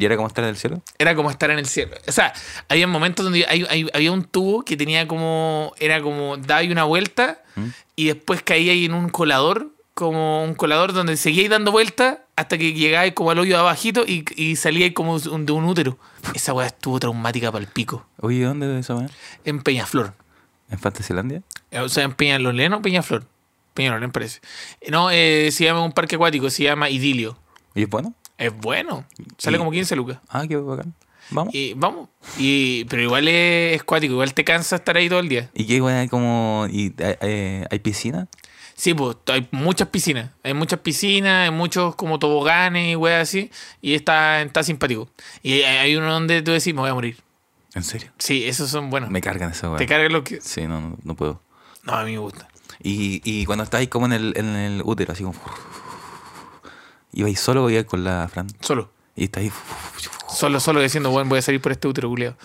¿Y era como estar en el cielo? Era como estar en el cielo. O sea, había momentos donde hay- hay- había un tubo que tenía como. Era como. Daba ahí una vuelta y después caía ahí en un colador. Como un colador donde seguíais dando vueltas hasta que llegabais como al hoyo de abajito y, y salíais como un- de un útero. Esa weá estuvo traumática para el pico. Oye, ¿dónde es esa weá? En Peñaflor. ¿En Fantasylandia? Eh, O sea, en Peñalolén o Peñaflor. Peñalolén parece. No, eh, se llama un parque acuático, se llama Idilio. ¿Y es bueno? Es bueno. Sale Y- como 15 lucas. Ah, qué bacán. Vamos. ¿Y, Y vamos. Y, pero igual es, es cuático, igual te cansa estar ahí todo el día. qué weá hay como. Y, eh, eh, ¿Hay piscina? Sí, pues hay muchas piscinas. Hay muchas piscinas, hay muchos como toboganes y weas así. Y está, está simpático. Y hay- hay uno donde tú decís, me voy a morir. ¿En serio? Sí, esos son buenos. Me cargan esa weá. Te cargan los que. Sí, no, no, no puedo. No, a mí me gusta. Y, y cuando estáis como en el, en el útero, así como. Ibais solo o ibais con la Fran. Solo. Y estáis. Solo, solo diciendo, bueno, voy a salir por este útero, culiao.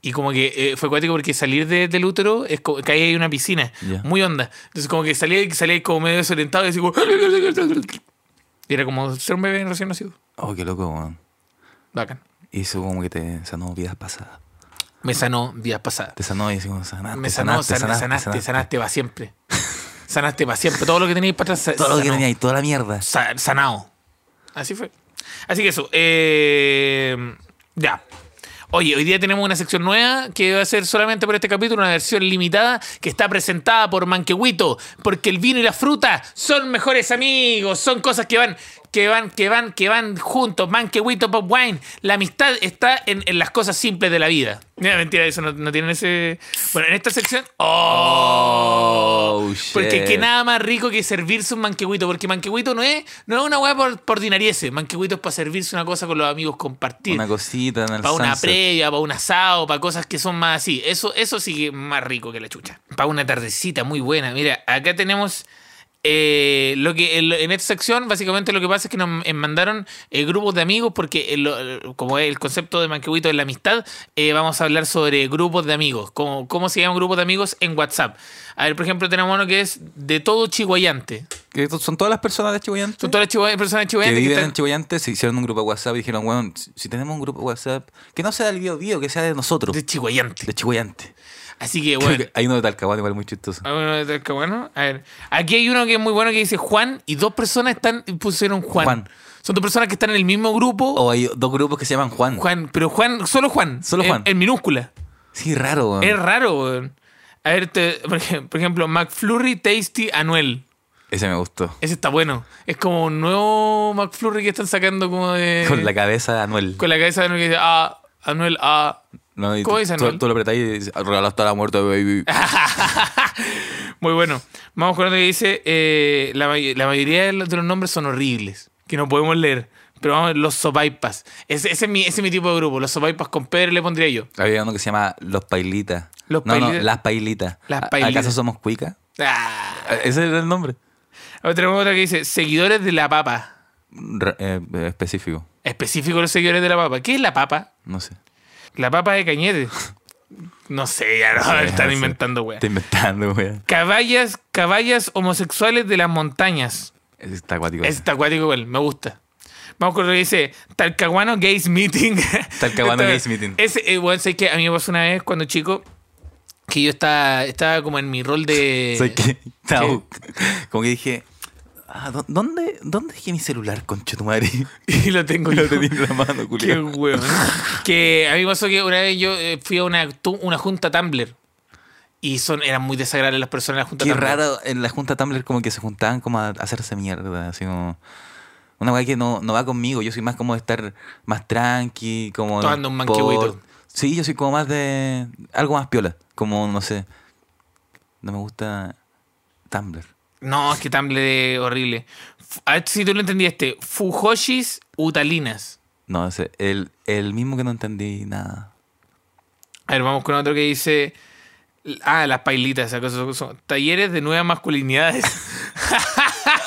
Y como que eh, fue cuático porque salir de- del útero es como que ahí hay una piscina Ya. muy onda. Entonces, como que salía, salía como medio desorientado y así como. Y era como ser un bebé recién nacido. Oh, qué loco, weón. Bacán. Y eso como que te sanó vidas pasadas. Me sanó días pasadas. Te sanó y así como sanaste. Me sanó, sanaste, san- sanaste, sanaste, para siempre. sanaste para siempre. Todo lo que tenías para atrás. sa- Todo lo que sanó. tenía ahí, toda la mierda. Sa- sanado. Así fue. Así que eso. eh, ya. Oye, hoy día tenemos una sección nueva que va a ser solamente por este capítulo, una versión limitada que está presentada por Manquehuito, porque el vino y la fruta son mejores amigos, son cosas que van, que van, que van, que van juntos. Manquehuito Pop Wine, la amistad está en, en las cosas simples de la vida. Mira, mentira, eso no, no tienen ese. Bueno, en esta sección. ¡Oh! Oh, shit. Porque que nada más rico que servirse un manquehuito. Porque manquehuito no es, no es una weá por, por dinariese. Manquehuito es para servirse una cosa con los amigos, compartir. Una cosita en el para una sunset. previa, para un asado, para cosas que son más así. Eso, eso sí que es más rico que la chucha. Para una tardecita muy buena. Mira, acá tenemos. eh, lo que en, en esta sección básicamente lo que pasa es que nos eh, mandaron eh, grupos de amigos porque eh, lo- como es el concepto de manquehuito es la amistad eh, vamos a hablar sobre grupos de amigos cómo, cómo se llaman grupos de amigos en WhatsApp a ver por ejemplo tenemos uno que es de todo chihuayante Que to- son todas las personas de Chihuayante son todas las chihua- personas que chihuayantes que viven están- en Chihuayante, se hicieron un grupo de WhatsApp y dijeron, weón, si si tenemos un grupo de WhatsApp, que no sea del Bio Bio, que sea de nosotros, de de, chihuayante Chihuayante. así que Creo bueno que Hay uno de Talcahuano igual muy chistoso. Ah, bueno, de Talca, bueno. A ver. Aquí hay uno que es muy bueno que dice Juan y dos personas están pusieron Juan. Juan. Son dos personas que están en el mismo grupo. O hay dos grupos que se llaman Juan. Juan, pero Juan, solo Juan. Solo en- Juan. En, minúscula. Sí, raro, weón. Es raro, weón. A ver, te- por, ej- por ejemplo, McFlurry, Tasty, Anuel. Ese me gustó. Ese está bueno. Es como un nuevo McFlurry que están sacando como de. Con la cabeza de Anuel. con la cabeza de Anuel que dice, ah, Anuel, ah. No, y ¿Cómo tú- dice tú, Anuel? Ah. tú lo apretás y dices, regalado hasta la muerte, baby. Muy bueno. Vamos con otro que dice, eh, la, may- la mayoría de los, de los nombres son horribles, que no podemos leer. Pero vamos, los sopaipas. Ese, ese es mi, ese es mi tipo de grupo. Los sopaipas con Pedro le pondría yo. Había uno que se llama Los Pailitas. Los no, no, Pailitas. Las Pailitas. Las ¿A- Pailitas. ¿Acaso somos cuica? Ah. Ese era el nombre. Ahora tenemos otra que dice, seguidores de la papa. Ra- eh, eh, específico. Específico los seguidores de la papa. ¿Qué es la papa? No sé. La papa de Cañete. No sé, ya no, Sí, están sí. inventando, weón. Está inventando, güey. Caballas, caballas homosexuales de las montañas. Ese Está acuático. Ese está acuático igual, me gusta. Vamos con lo que dice Talcahuano Gays Meeting. Talcahuano Esta- Gays Meeting. Ese, eh, bueno, sé que a mí me pasó una vez cuando chico que yo estaba, estaba como en mi rol de. ¿Sabes qué? Estaba bu- Como que dije, ah, ¿dó- ¿dónde, ¿dónde dejé mi celular, concha tu madre? Y lo tengo Lo yo. tenía en la mano, Qué culiao. hueón. que a mí me pasó que una vez yo eh, fui a una, tu- una junta Tumblr y son, eran muy desagradables las personas en la junta Qué Tumblr. raro en la junta Tumblr como que se juntaban como a hacerse mierda, así como... Una weá que no, no va conmigo, yo soy más como de estar más tranqui, como... Tomando un por- manquehuito. Sí, yo soy como más de... Algo más piola, como, no sé... No me gusta Tumblr. No, es que Tumblr es horrible. F- A ver si tú lo entendiste. Fujoshis Utalinas. No, ese- el, el mismo que no entendí nada. A ver, vamos con otro que dice. Ah, las pailitas, esas cosas son- son talleres de nuevas masculinidades.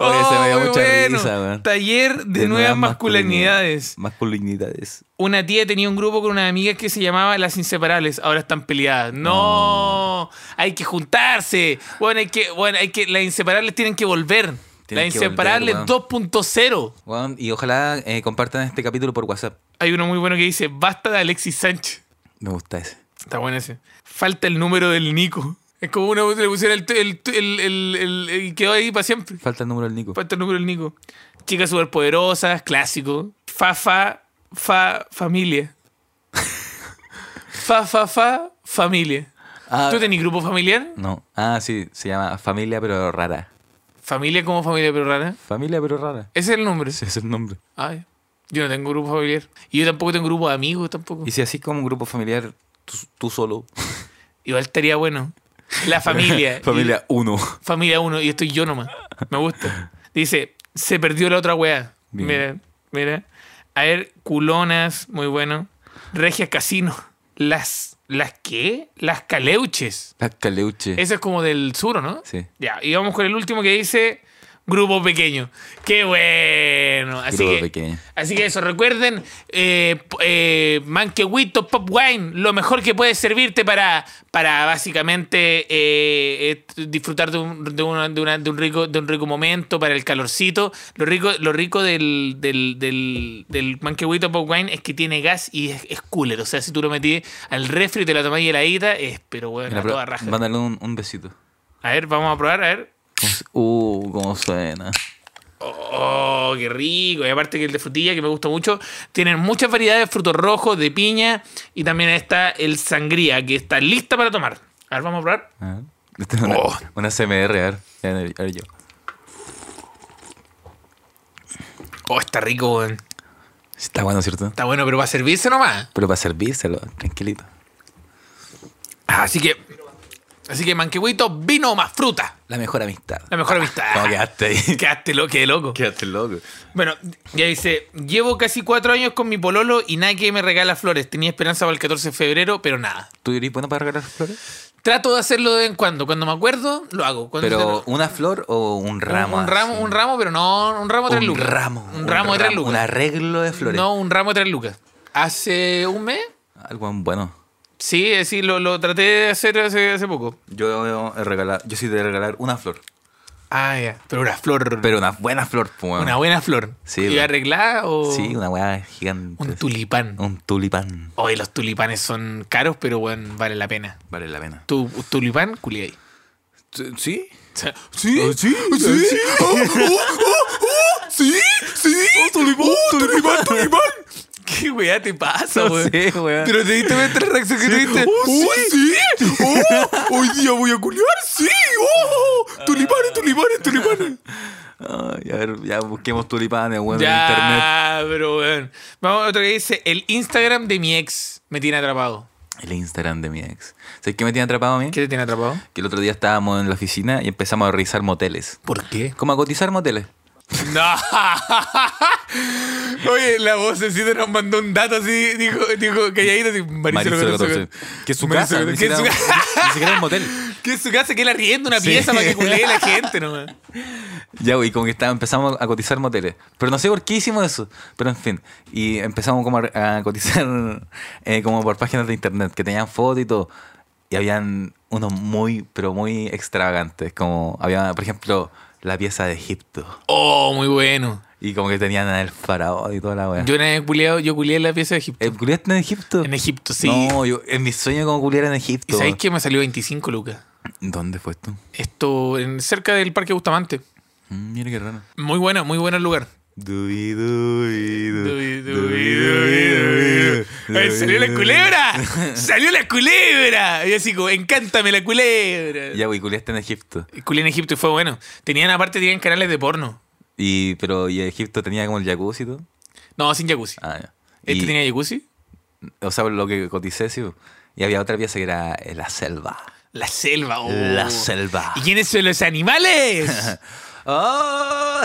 Oye, ese me dio muy mucha risa, weón. Taller de, nuevas masculinidades. Masculinidades. Una tía tenía un grupo con unas amigas que se llamaba Las Inseparables. Ahora están peleadas. Oh. No, hay que juntarse. Bueno, hay que, bueno, hay que, las inseparables tienen que volver. La Tienen que Inseparable volver, weón. 2.0. Weón, y ojalá eh, compartan este capítulo por WhatsApp. Hay uno muy bueno que dice, basta de Alexis Sánchez. Me gusta ese. Está bueno ese. Falta el número del Nico. Es como uno que le pusiera el, tu- el, tu- el, el, el- el- y quedó ahí para siempre. Falta el número del Nico. Falta el número del Nico. Chicas superpoderosas, clásico. Fa, fa, fa, familia. fa, fa, fa, familia. Ah, ¿Tú tenés grupo familiar? No. Ah, sí, se llama Familia pero rara. Familia como familia, pero rara. Familia pero rara. Ese es el nombre. Ese es el nombre. Ay, yo no tengo grupo familiar. Y yo tampoco tengo grupo de amigos tampoco. Y si así como un grupo familiar, tú, tú solo. Igual estaría bueno. La familia. Familia 1. Y- familia uno. Y estoy yo nomás. Me gusta. Dice, se perdió la otra weá. Bien. Mira, mira. A ver, culonas, muy bueno. Regias Casino. Las, ¿las qué? Las caleuches. La caleuche. Eso es como del sur, ¿o ¿no? Sí. Ya, y vamos con el último que dice grupo pequeño. ¡Qué bueno! Así Grupo que, pequeño. Así que eso, recuerden, eh, p- eh, Manquehuito Pop Wine, lo mejor que puede servirte para, para básicamente eh, eh, t- disfrutar de un, de, una- de una- de un rico, de un rico momento, para el calorcito. Lo rico, lo rico del, del, del, del Manquehuito Pop Wine es que tiene gas y es, es cooler. O sea, si tú lo metís al refri y te la tomás heladita, es, pero bueno, Mira, a pero toda raja. Mándale un, un besito. A ver, vamos a probar, a ver. ¿Cómo se- Uh, cómo suena. Oh, qué rico. Y aparte que el de frutilla, que me gusta mucho. Tienen muchas variedades de frutos rojos, de piña. Y también está el sangría, que está lista para tomar. A ver, vamos a probar. A ver. Esta Ah. Este es Una, Oh. una CMR, a ver. Ya, A ver, a ver yo. Oh, está rico, weón. Está bueno, ¿cierto? Está bueno, pero para servirse nomás. Pero para servírselo, tranquilito. Así que. Así que manquehuito, vino más fruta. La mejor amistad. La mejor amistad. ¿Cómo quedaste ahí? Quedaste loco, qué loco. Quédate loco. Bueno, ya dice, llevo casi cuatro años con mi pololo y nadie me regala flores. Tenía esperanza para el 14 de febrero, pero nada. ¿Tú eres bueno para regalar flores? Trato de hacerlo de vez en cuando. Cuando me acuerdo, lo hago. Cuando ¿Pero una flor o un ramo? Un, un ramo, así? un ramo, pero no un ramo de tres Un lucas. ramo. Un, ramo de tres lucas. Un arreglo de flores. No, un ramo de tres lucas. Hace un mes, Algo bueno. sí, eh, sí, lo, lo traté de hacer hace, hace poco. Yo he regalado- yo soy de regalar una flor. Ah, ya. Pero una flor. Pero una buena flor, pues. weón. una buena flor. Sí, ¿Y bueno. arreglada o Sí, una weá gigante. un así. tulipán? Un tulipán. Hoy los tulipanes son caros, pero bueno, vale la pena. Vale la pena. Tu tulipán, culié ahí. ¿Sí? Sí, ¿Sí? ¿Sí? ¿Sí? sí, sí. tulipán, tulipán, tulipán. ¿Qué weá te pasa, No weón? sé, weón. Pero te diste cuenta de la reacción que tuviste. ¡Oh, sí! ¡Oh! ¡Hoy día voy a culiar! ¡Sí! ¡Oh! ¡Tulipanes, tulipanes, tulipanes! Ay, a ver, ya busquemos tulipanes, weón, en internet. Ya, pero weón. Vamos a otro que dice: El Instagram de mi ex me tiene atrapado. El Instagram de mi ex. ¿Sabes qué me tiene atrapado a mí? ¿Qué te tiene atrapado? Que el otro día estábamos en la oficina y empezamos a revisar moteles. ¿Por qué? ¿Cómo a cotizar moteles? No. Oye, la vocecita nos mandó un dato así, dijo, dijo calladito así, Maricela Maricela Cotoso. 14. Que es su Maricela casa, Cotoso, ni que es siquiera su ni siquiera un motel. Que es su casa, que la riendo una Sí. pieza para que culee la gente nomás. Ya, güey, como que está, empezamos a cotizar moteles. Pero no sé por qué hicimos eso. Pero en fin. Y empezamos como a, re- a cotizar eh, como por páginas de internet que tenían fotos y todo. Y habían unos muy, pero muy extravagantes. Como había, por ejemplo, la pieza de Egipto. Oh, muy bueno. Y como que tenían al faraón y toda la weá. Yo una vez culeado, yo culeé en la pieza de Egipto. ¿Eh, ¿Culiaste en Egipto? En Egipto, sí. No, yo, en mi sueño como culiar en ¿Y Egipto. sabéis que me salió 25 lucas? ¿Dónde fue esto? Esto, en, cerca del Parque Bustamante. Mm, Mira qué raro. Muy bueno, muy bueno el lugar. Dubi, dubi, du- Dubi, dubi, dubi, dubi, dubi, dubi. ¡Ay, dubi, ¡Salió la dubi. culebra! ¡Salió la culebra! Y así como, encántame la culebra. Ya, güey, culiaste en Egipto. Culé en Egipto y fue bueno. Tenían, aparte, tenían canales de porno. Y, pero, ¿y Egipto tenía como el jacuzzi y todo? No, sin jacuzzi. Ah, ya. ¿Este Y- tenía jacuzzi? O sea, lo que coticé, sí. pues. Y había otra pieza que era eh, la selva. La selva. oh. La selva. ¿Y quiénes son los animales? ¡Oh!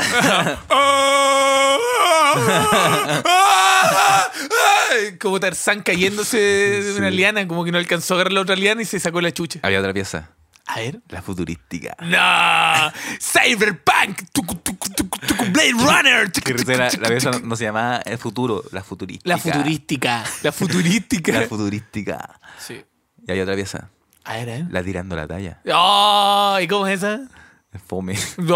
como Tarzán cayéndose de una Sí. Ah. liana, como que no alcanzó a agarrar la otra liana y se sacó la chucha. había otra pieza, A ver. la futurística. ¡No! ¡Cyberpunk! Tucu, tucu, tucu, tucu, ¡Blade Runner! Tucu, Que tucu, era- tucu, la pieza tucu. no, no se llamaba el futuro, la futurística. La futurística. La futurística. La futurística. sí. Y había otra pieza, A ver, a ver. la tirando la talla. ¡Oh! ¿Y cómo es esa? Fome. ¡No!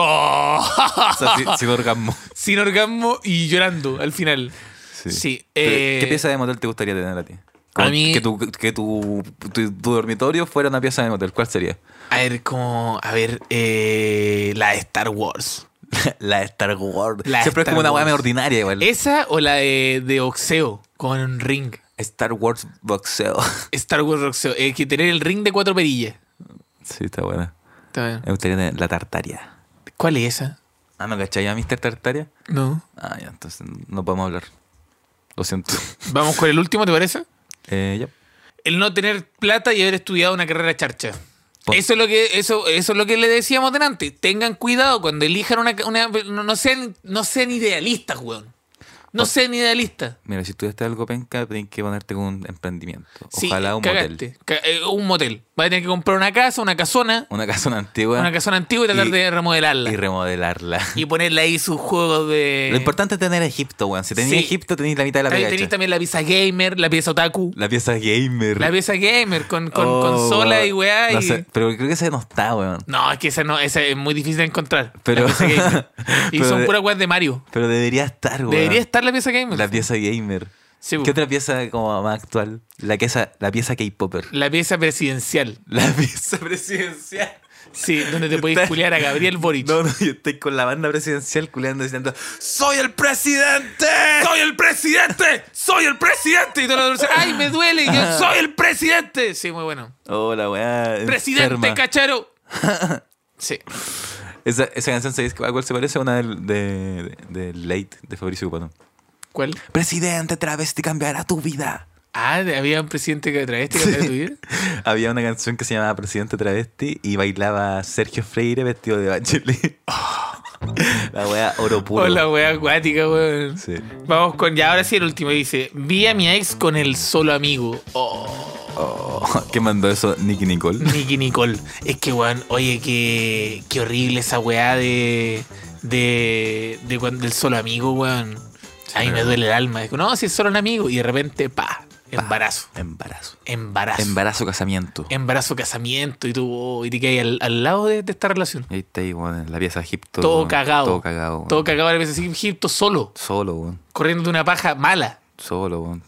O sea, sin, sin orgasmo. Sin orgasmo y llorando al final. Sí. Pero, eh, ¿Qué pieza de motel te gustaría tener a ti? Como mí- Que, tu, que tu, tu- tu dormitorio fuera una pieza de motel. ¿Cuál sería? A ver, como. A ver, eh, la de Star Wars. La de Star Wars. La de Siempre es Star como una Wars. weá medio ordinaria igual. ¿Esa o la de, de boxeo? Con un ring. Star Wars boxeo. Star Wars boxeo. Eh, que tener el ring de cuatro perillas. sí, está buena. Está bien. Me gustaría tener la tartaria. ¿Cuál es esa? Ah, ¿no cachai a Mr. Tartaria? No. Ah, ya, entonces no podemos hablar. Lo siento. Vamos con el último, ¿te parece? Eh, ya. El no tener plata y haber estudiado una carrera charcha. Po- Eso es lo que, eso, eso es lo que le decíamos delante. Tengan cuidado cuando elijan una, una- no, no sean, no sean idealistas, weón. No sean idealistas. Mira, si estudiaste algo penca, tienes que ponerte con un emprendimiento. Sí, Ojalá un motel. cagaste. Ca- eh, un motel. Vas a tener que comprar una casa, una casona, Una casona antigua. una casona antigua y tratar Y- de remodelarla. Y Y, remodelarla. ponerle ahí sus juegos de. Lo importante es tener Egipto, weón. Si tenías Sí. Egipto, tenías la mitad de la Ahí pega tenés hecha. también la pieza gamer, la pieza otaku, La pieza gamer. la pieza gamer con, con Oh, consola weón. y weá. No y- sé, pero creo que esa no está, weón. No, es que esa, no, esa es muy difícil de encontrar. Pero- la pieza gamer. Y pero son de- puras weas de Mario. Pero debería estar, weón. Debería estar la pieza gamer. La pieza gamer. Sí, ¿Qué bu. otra pieza como más actual? La pieza, la pieza K-Popper. La pieza presidencial. La pieza presidencial. Sí, donde te podéis Está- culiar a Gabriel Boric. No, no, yo estoy con la banda presidencial culeando diciendo ¡Soy el presidente! ¡Soy el presidente! ¡Soy el presidente! Y todos los otros, ¡ay, me duele! Yo ¡Soy el presidente! Sí, muy bueno. Hola, weá. ¡Presidente, enferma. cacharo! Sí. Esa, esa canción, ¿sabéis a cuál se parece? Una del- de, de, de Late, de Fabricio Cupatón. ¿Cuál? Presidente travesti cambiará tu vida. Ah, había un presidente que travesti este que tu vida. Había una canción que se llamaba Presidente Travesti y bailaba Sergio Freire vestido de bachelet. la wea oro puro. Hola, wea acuática, weón. Sí. Vamos con, ya ahora sí el último. Dice, vi a mi ex con el solo amigo. Oh, Oh, ¿Qué mandó eso Nicky Nicole? Nicky Nicole. Es que, weón, oye, qué, qué horrible esa weá de, de, de cuando el solo amigo, weón. A mí me duele el alma. Es que, No, si es solo un amigo. Y de repente, pa, embarazo. Embarazo. Embarazo. Embarazo, casamiento. embarazo, casamiento y tú, oh, y te quedas al, al lado de, de esta relación. Y ahí está ahí, weón, en la pieza de Egipto. Todo weón. cagado. Todo cagado. weón. Todo cagado. A veces en Egipto solo, Solo, weón. corriendo de una paja mala. Solo, weón.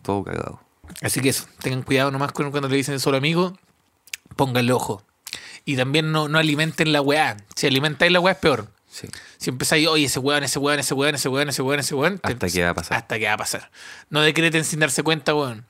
Todo cagado. Así que eso, tengan cuidado nomás con cuando le dicen solo amigo, pónganle ojo. Y también no, no alimenten la weá. Si alimentáis la weá es peor. Sí. Si empezáis, oye, ese weón, ese weón, ese weón, ese weón, ese weón, ese weón. te- Hasta que va a pasar. Hasta que va a pasar. No decreten sin darse cuenta, weón.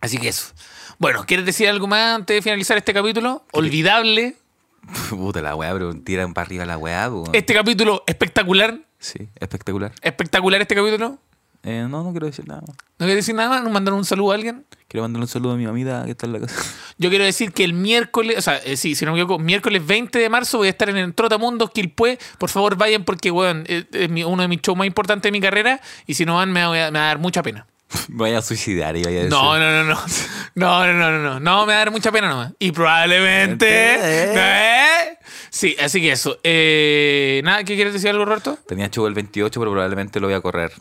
Así que eso. Bueno, ¿quieres decir algo más antes de finalizar este capítulo? Olvidable. Puta la weá, pero tiran para arriba la weá, weón. Este capítulo espectacular. Sí, espectacular. Espectacular este capítulo. Eh, no, no quiero decir nada. más. No quiero decir nada más, nos mandaron un saludo a alguien. Quiero mandarle un saludo a mi mamita que está en la casa. Yo quiero decir que el miércoles, o sea, eh, sí, si no me equivoco, miércoles 20 de marzo voy a estar en el Trotamundos Quilpue. Por favor, vayan porque, weón, es, es mi- uno de mis shows más importantes de mi carrera. Y si no van, me, voy a- me va a dar mucha pena. Me vaya a suicidar y vaya a decir. No, no, no, no. No, no, no, no, no. No, me va a dar mucha pena nomás. Y probablemente. ¿eh? Sí, así que eso. Eh, nada, ¿qué quieres decir algo, Roberto? Tenía show el 28, pero probablemente lo voy a correr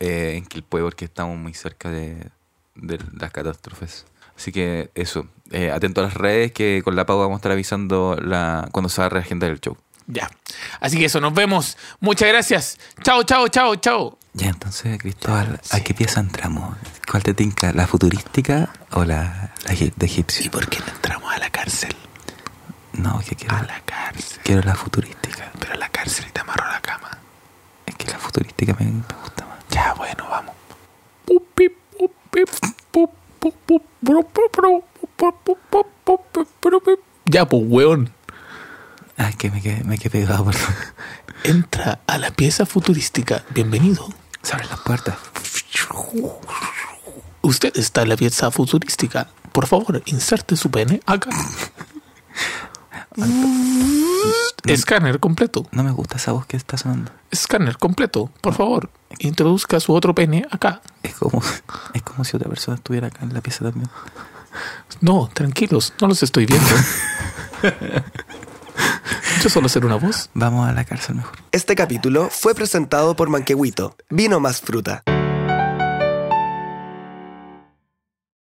eh, en Quilpue porque estamos muy cerca de, de las catástrofes. Así que eso, eh, atento a las redes que con la Pau vamos a estar avisando la, cuando se va a reagendar el show. Ya. Así que eso, nos vemos. Muchas gracias. Chao, chao, chao, chao. Ya, entonces, Cristóbal, ¿a qué pieza entramos? ¿Cuál te tinca? ¿La futurística o la, la egip- de egipcio? ¿Y por qué no entramos a la cárcel? No, que quiero. A la cárcel. Quiero la futurística. Pero la cárcel y te amarro la cama. Es que la futurística me, me gusta más. Ya, bueno, vamos. Ya, pues, weón. Ah, es que me quedé, me quedé pegado, perdón. Entra a la pieza futurística. Bienvenido. Se abren las puertas. Usted está en la pieza futurística. Por favor, inserte su pene acá. Mm. Escáner completo. No me gusta esa voz que está sonando. Escáner completo. Por favor, introduzca su otro pene acá. Es como, es como si otra persona estuviera acá en la pieza también. No, tranquilos, no los estoy viendo. Yo solo seré una voz. Vamos a la cárcel mejor. Este capítulo fue presentado por Manquehuito. Vino más fruta.